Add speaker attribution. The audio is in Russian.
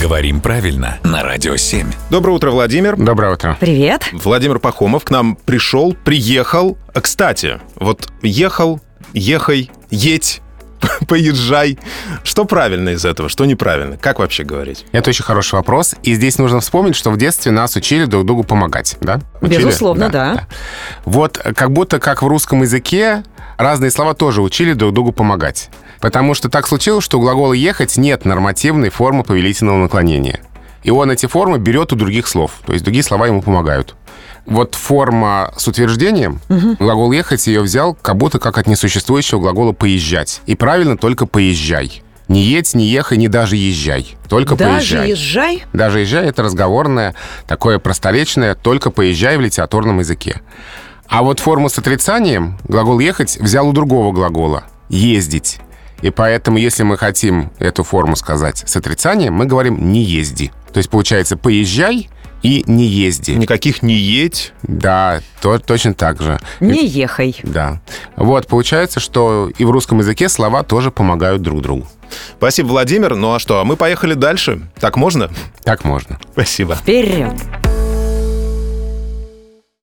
Speaker 1: Говорим правильно на Радио 7.
Speaker 2: Доброе утро, Владимир.
Speaker 3: Доброе утро.
Speaker 4: Привет.
Speaker 2: Владимир Пахомов к нам пришел, приехал. А, Кстати, вот ехал, ехай, едь, поезжай. Что правильно из этого, что неправильно? Как вообще говорить?
Speaker 3: Это очень хороший вопрос. И здесь нужно вспомнить, что в детстве нас учили друг другу помогать, да? Учили?
Speaker 4: Безусловно, да.
Speaker 3: Вот э, как будто как в русском языке разные слова тоже учили друг другу помогать. Потому что так случилось, что у глагола «ехать» нет нормативной формы повелительного наклонения. И он эти формы берет у других слов. То есть другие слова ему помогают. Вот форма с утверждением, глагол «ехать» ее взял как будто как от несуществующего глагола «поезжать». И правильно только «поезжай». Не едь, не ехай, не даже езжай. Только
Speaker 4: Даже
Speaker 3: поезжай.
Speaker 4: езжай.
Speaker 3: Даже «езжай» — это разговорное, такое просторечное, только «поезжай» в литературном языке. А вот форму с отрицанием глагол «ехать» взял у другого глагола «ездить». И поэтому, если мы хотим эту форму сказать с отрицанием, мы говорим «не езди». То есть получается «поезжай» и «не езди».
Speaker 2: Никаких не едь.
Speaker 3: Да, то, точно так же.
Speaker 4: Не ехай.
Speaker 3: Да. Вот, получается, что и в русском языке слова тоже помогают друг другу.
Speaker 2: Спасибо, Владимир. Ну а что, а мы поехали дальше. Так можно?
Speaker 3: Так можно.
Speaker 2: Спасибо.
Speaker 4: Вперед.